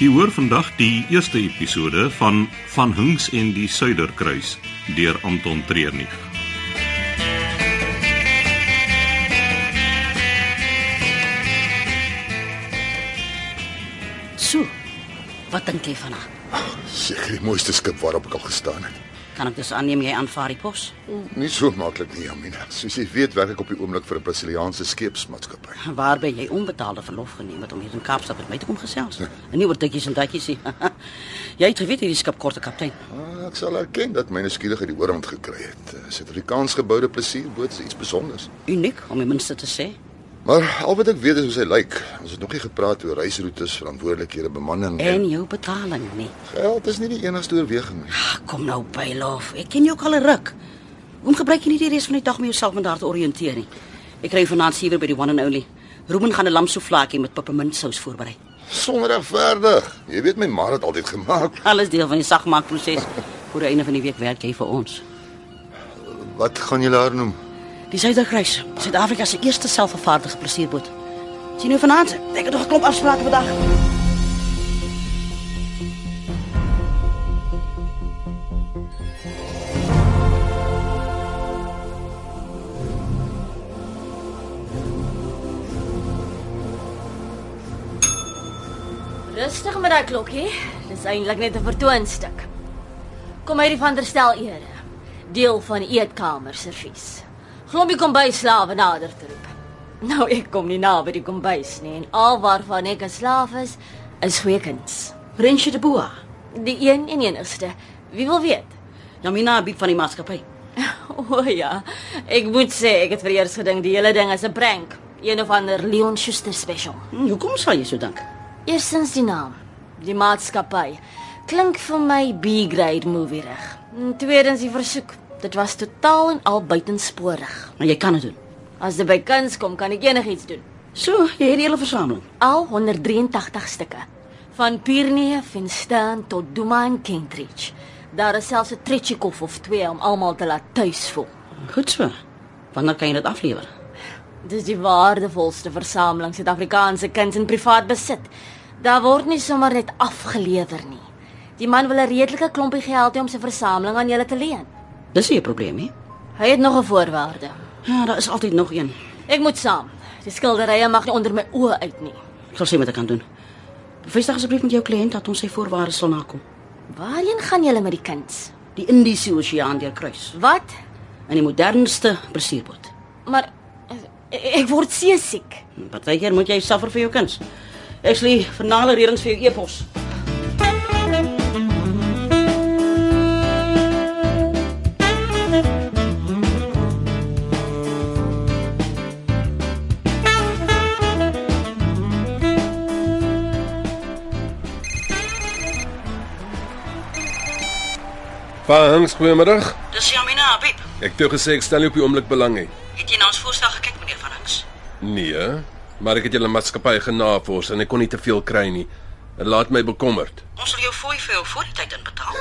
Jy hoor vandag die eerste episode van Van Hinks en die Suiderkruis deur Anton Treurnig. So, wat dink jy van haar? Seker die mooiste skip waarop ek al gestaan het. Kan ek dus aanneem jy aanvaar die pos? Nie so maklik nie, Amina. Soos jy weet, werk ek op die oomblik vir 'n Brasiliaanse skeepsmaatskappy. Waarby jy onbetaalde verlof geneem het om hier in Kaapstad met my te kom gesels. En nie oor dikkies en datjies nie. jy het geweet hierdie skip korte kaptein. Ah, ek sal erken dat my nuuskierigheid die oorhand gekry het. 'n Suid-Afrikaans geboude plesierboot is iets spesiaals. Uniek om die minste te sê. Maar al wat ek weet is hoe sy lyk. Ons het nog nie gepraat oor reisroetes, verantwoordelikhede, bemanning En jou betaling nie. geld is nie die enigste oorweging nie. Ag, kom nou by lof. Ek ken jou ook al 'n ruk. Hoekom gebruik jy nie die res van die dag om jouself met haar te oriënteer nie? Ek kry jou vanaand sewer by die one and only. Ruben gaan 'n lamsouflaatjie met peppermintsous voorberei. Sonder regverdig. Jy weet my ma het altyd gemaak. Alles deel van die sagmaakproses. Voor die einde van die week werk jy vir ons. Wat gaan julle haar noem? Die Suiderkruis, Suid-Afrika se eerste selfvervaardigde plesierboot. Sien jou vanaand. Ek het nog 'n klomp afsprake vandag. Rustig met daai klokkie. Dis eintlik net 'n vertoonstuk. Kom uit die van der stel ere. Deel van die eetkamer servies. Glom die kombuis slawe nader te roep. Nou ek kom nie naby die kombuis nie en al waarvan ek 'n slaaf is, is goeie kinders. Rensje de Boa. Die een en enigste. Wie wil weet? Jamina Biep van die maatskappy. O oh, ja, ek moet sê ek het vereers gedink die hele ding is 'n prank, een of ander Leon Schuster special. Hm, hoekom sal jy so dink? Eerstens die naam, die maatskappy. Klink vir my B-grade movie reg. En Tweedens die versoek. Dit was totaal en al buitensporig. Maar jy kan dit doen. As dit by kuns kom, kan ek enigiets doen. So, jy het die hele versameling. Al 183 stukke. Van Pierne, Finstan tot Duma en Kentridge. Daar is selfs 'n Tretjekov of twee om almal te laat tuis voel. Goed so. Wanneer kan jy dit aflewer? Dis die waardevolste versameling Suid-Afrikaanse kuns in privaat besit. Daar word nie sommer net afgelewer nie. Die man wil 'n redelike klompie geld hê om sy versameling aan julle te leen. Dis nie 'n probleem nie. Hy het nog 'n voorwaarde. Ja, daar is altyd nog een. Ek moet saam. Die skilderye mag nie onder my oë uit nie. Ek sal sien wat ek kan doen. Bevestig asseblief met jou kliënt dat ons sy voorwaardes sal nakom. Waarheen gaan julle met die kuns? Die Indiese Oseaan deurkruis Wat? in die modernste plesierboot. Maar ek, ek word seesiek. Partykeer moet jy suffer vir jou kuns. Actually, finale reëlings vir jou e-pos. Pa Hans, goeiemiddag. Dis Jamina Biep. Ek het jou gesê ek stel nie op die oomblik belang nie. Het jy na ons voorstel gekyk, meneer Van Hinks? Nee, maar ek het julle maatskappy genavors en ek kon nie te veel kry nie. Dit laat my bekommerd. Ons sal jou fooi vir jou voor die tyd inbetaal.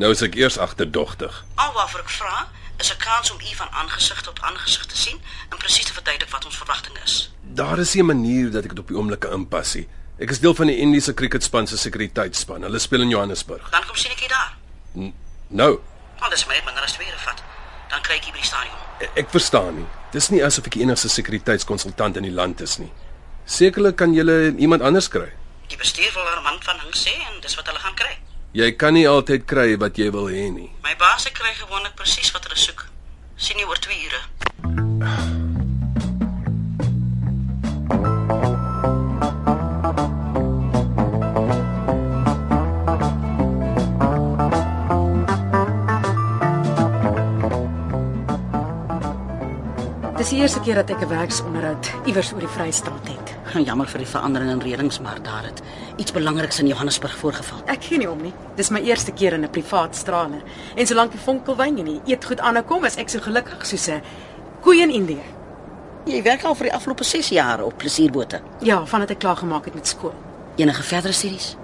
Nou is ek eers agterdogtig. Alwaarvoor ek vra, is 'n kans om u van aangesig tot aangesig te sien en presies te verduidelik wat ons verwagting is. Daar is 'n manier dat ek dit op die oomblik kan inpas nie. Ek is deel van die Indiese kriketspan se sekuriteitsspan. Hulle speel in Johannesburg. Dan kom sien ek u daar. N nou, Al is my net minder as twee vat. Dan kry ek u by die stadion. e- ek verstaan nie. Dis nie asof ek die enigste sekuriteitskonsultant in die land is nie. Sekerlik kan julle iemand anders kry. Die bestuur wil Armand van Hinks sê en dis wat hulle gaan kry. Jy kan nie altyd kry wat jy wil hê nie. My baas ek kry gewoonlik presies wat hulle soek. Sien u oor 2 ure. Dis die eerste keer dat ek 'n werksonderhoud iewers oor die Vrystaat het. Hm, Jammer vir die verandering in reëlings, maar daar het iets belangriks in Johannesburg voorgeval. Ek gee nie om nie. Dis my eerste keer in 'n privaat strale. En solank die vonkelwyn en die eetgoed aankom, is ek so gelukkig soos 'n koe in Indië. Jy werk al vir die afgelope 6 jaar op plesierbote. Ja, vandat ek klaar gemaak het met skool. Enige verdere studies?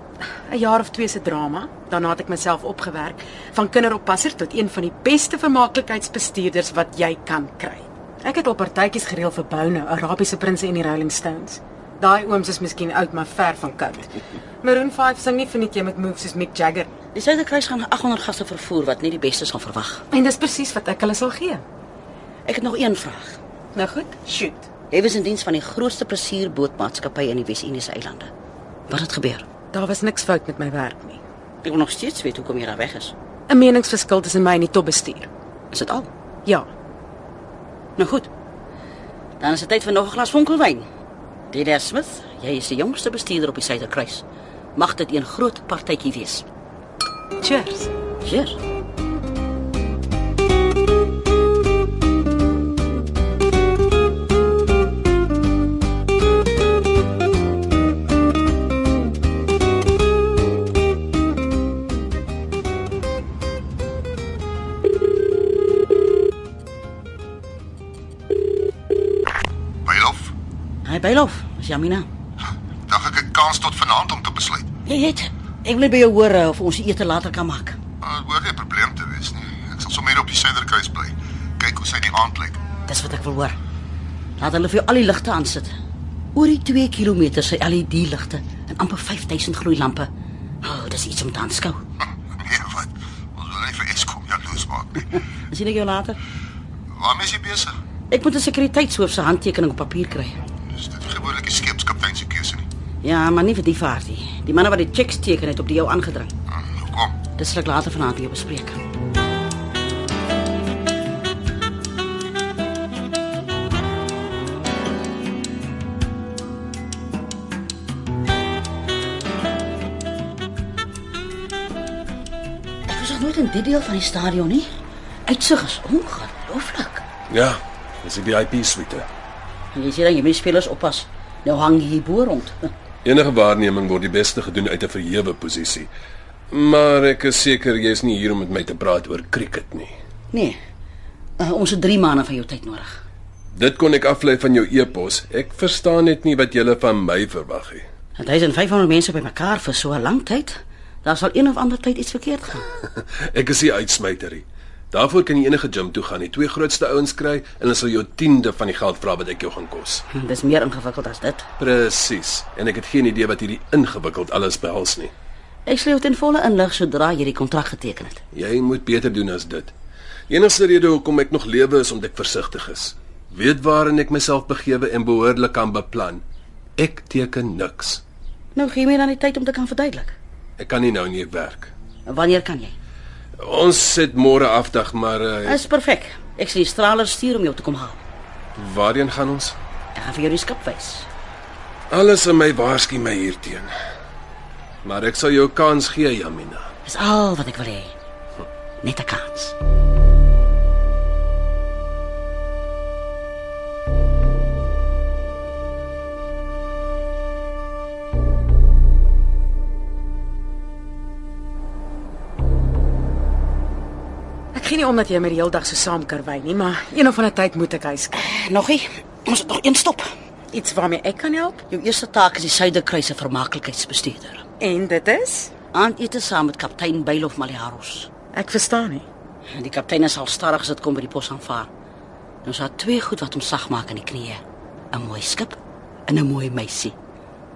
'n Jaar of twee se drama, daarna het ek myself opgewerk van kinderoppasser tot een van die beste vermaaklikheidsbestuurders wat jy kan kry. Ek het al partytjies gereël vir Boune, Arabiese prinses en die Rolling Stones. Daai ooms is miskien oud, maar ver van koud. Maroon 5 sing nie vinnig jy met moves soos Mick Jagger. Die Suiderkruis gaan 800 gaste vervoer wat nie die beste sal verwag. En dis presies wat ek hulle sal gee. Ek het nog een vraag. Nou goed, shoot. Jy was in diens van die grootste plesierbootmaatskappy in die Wes-Indiese eilande. Wat het gebeur? Daar was niks fout met my werk nie. Ek wil nog steeds weet hoekom jy daar weg is. 'n Meningsverskil tussen my en die topbestuur. Is dit al? Ja, Nou goed. Dan is dit tyd vir nog 'n glas vonkelwyn. Delia Smith, jy is die jongste bestuurder op die Suiderkruis. Mag dit 'n groot partytjie wees. cheers. Cheers. Bylof, Hi Bylof, is Jamina. dag ek 'n kans tot vanaand om te besluit. Jy het ek wil net by jou hoor eh, of ons die ete later kan maak. Uh, hoor nie 'n probleem te wees nie. Ek sal sommer hier op die suiderkruis bly. Kyk hoe sy die aand lyk. Dis wat ek wil hoor. Laat hulle vir jou al die ligte aan sit. Oor die 2 km se LED E ligte en amper 5000 gloeilampe. O, oh, dis iets om te aanskou. Nee, wat? Ons wil nie vir Eskom jaloes maak nie. Sien ek jou later. Waarmee is jy besig? Ek moet 'n sekuriteitshoof se handtekening op papier kry. Is dit gewoonlik die skeepskaptein se keuse nie? Ja, maar nie vir die vaart nie. Die manne wat die checks teken het op die jou aangedring. Hm, hoekom? Dis sal ek later vanaand weer bespreek. Ek was nog nooit in die deel van die stadion nie. Uitsig is ongelooflik. Ja, dis die VIP suite. En jy sien dan jy moet die spelers oppas. Nou hang jy hier bo rond. Enige waarneming word die beste gedoen uit 'n verhewe posisie. Maar ek is seker jy's nie hier om met my te praat oor cricket nie. Nee. Uh, ons het 3 maande van jou tyd nodig. Dit kon ek aflei van jou e-pos. Ek verstaan net nie wat jy van my verwag nie. 1500 mense bymekaar vir so 'n lang tyd. Daar sal een of ander tyd iets verkeerd gaan. Ek is nie uitsmyterie. Daarvoor kan jy enige gym toe gaan, die twee grootste ouens kry en hulle sal jou tiende van die geld vra wat ek jou gaan kos. Hm, Dis meer ingewikkeld as dit. Presies. En ek het geen idee wat hierdie ingewikkeld alles behels nie. Ek sal jou ten volle inlig sodra jy die kontrak geteken het. Jy moet beter doen as dit. Die enigste rede hoekom ek nog lewe is omdat ek versigtig is. Weet waarin ek myself begewe en behoorlik kan beplan. Ek teken niks. Nou gee my dan die tyd om te kan verduidelik. Ek kan nie nou nie werk. Wanneer kan jy? Ons sit môre afdag, maar uh, Is perfek. Ek sal die straler stuur om jou te kom haal. waarheen gaan ons? Ek gaan vir jou die skip wys. Alles in my waarsku my hierteen. Maar ek sal jou kans gee, Jamina. Dis al wat ek wil hê. Net 'n kans. Ek gee nie om dat jy my die hele dag so saam karwei nie, maar een of ander tyd moet ek huis kry. Nogie, ons het nog een stop. Iets waarmee ek kan help Jou eerste taak is die Suiderkruis se vermaaklikheidsbestuurder. en dit is Aandete saam met kaptein Bylof Maliaros. ek verstaan nie. En Die kaptein is al stadig as dit kom by die pos aanvaar. En ons het twee goed wat hom sag maak in die knieë. 'n Mooi skip en 'n mooi meisie.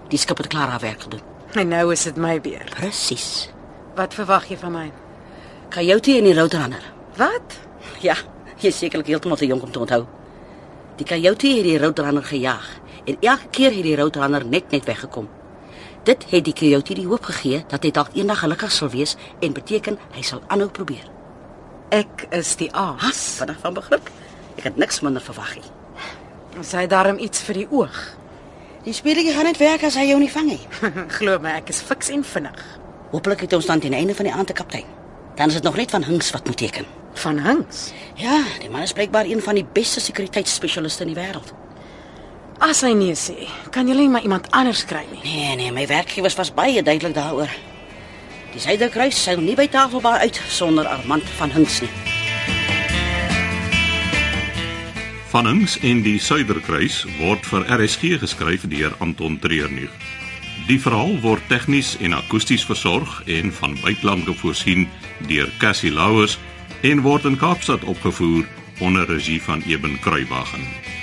Die skip het klaar haar werk gedoen. En nou is dit my beurt. Presies. Wat verwag jy van my? Coyote en die roadrunner. Wat? Ja, jy is sekerlik heeltemal te jonk om te onthou. Die coyote het die roadrunner gejaag en elke keer het die roadrunner net net weggekom. Dit het die coyote die hoop gegee dat hy dalk eendag gelukkig sal wees en beteken hy sal aanhou probeer. Ek is die aas. Vanaf van begrip. Ek het niks minder verwag nie. Ons het daarom iets vir die oog. Die speletjie gaan net werk as hy jou nie vang nie. Glo my, ek is fiks en vinnig. Hoopelik het ons dan ten einde van die aand 'n kaptein. Dan is dit nog net van Hinks wat moet teken. Van hangs. Ja, die man is blykbaar een van die beste sekuriteitsspesialiste in die wêreld. As hy nee sê, kan jy nie maar iemand anders kry nie. Nee, nee, my werkgewers was baie duidelik daaroor. Die Suiderkruis sal nie by Tafelbaar uit sonder Armand van Hinks nie. Van Hinks en die Suiderkruis word vir RSG geskryf deur Anton Treurnig. Die verhaal word tegnies en akoesties versorg en van byklanke voorsien deur Cassie Lauers en word in Kaapstad opgevoer onder regie van Eben Kruiwagen.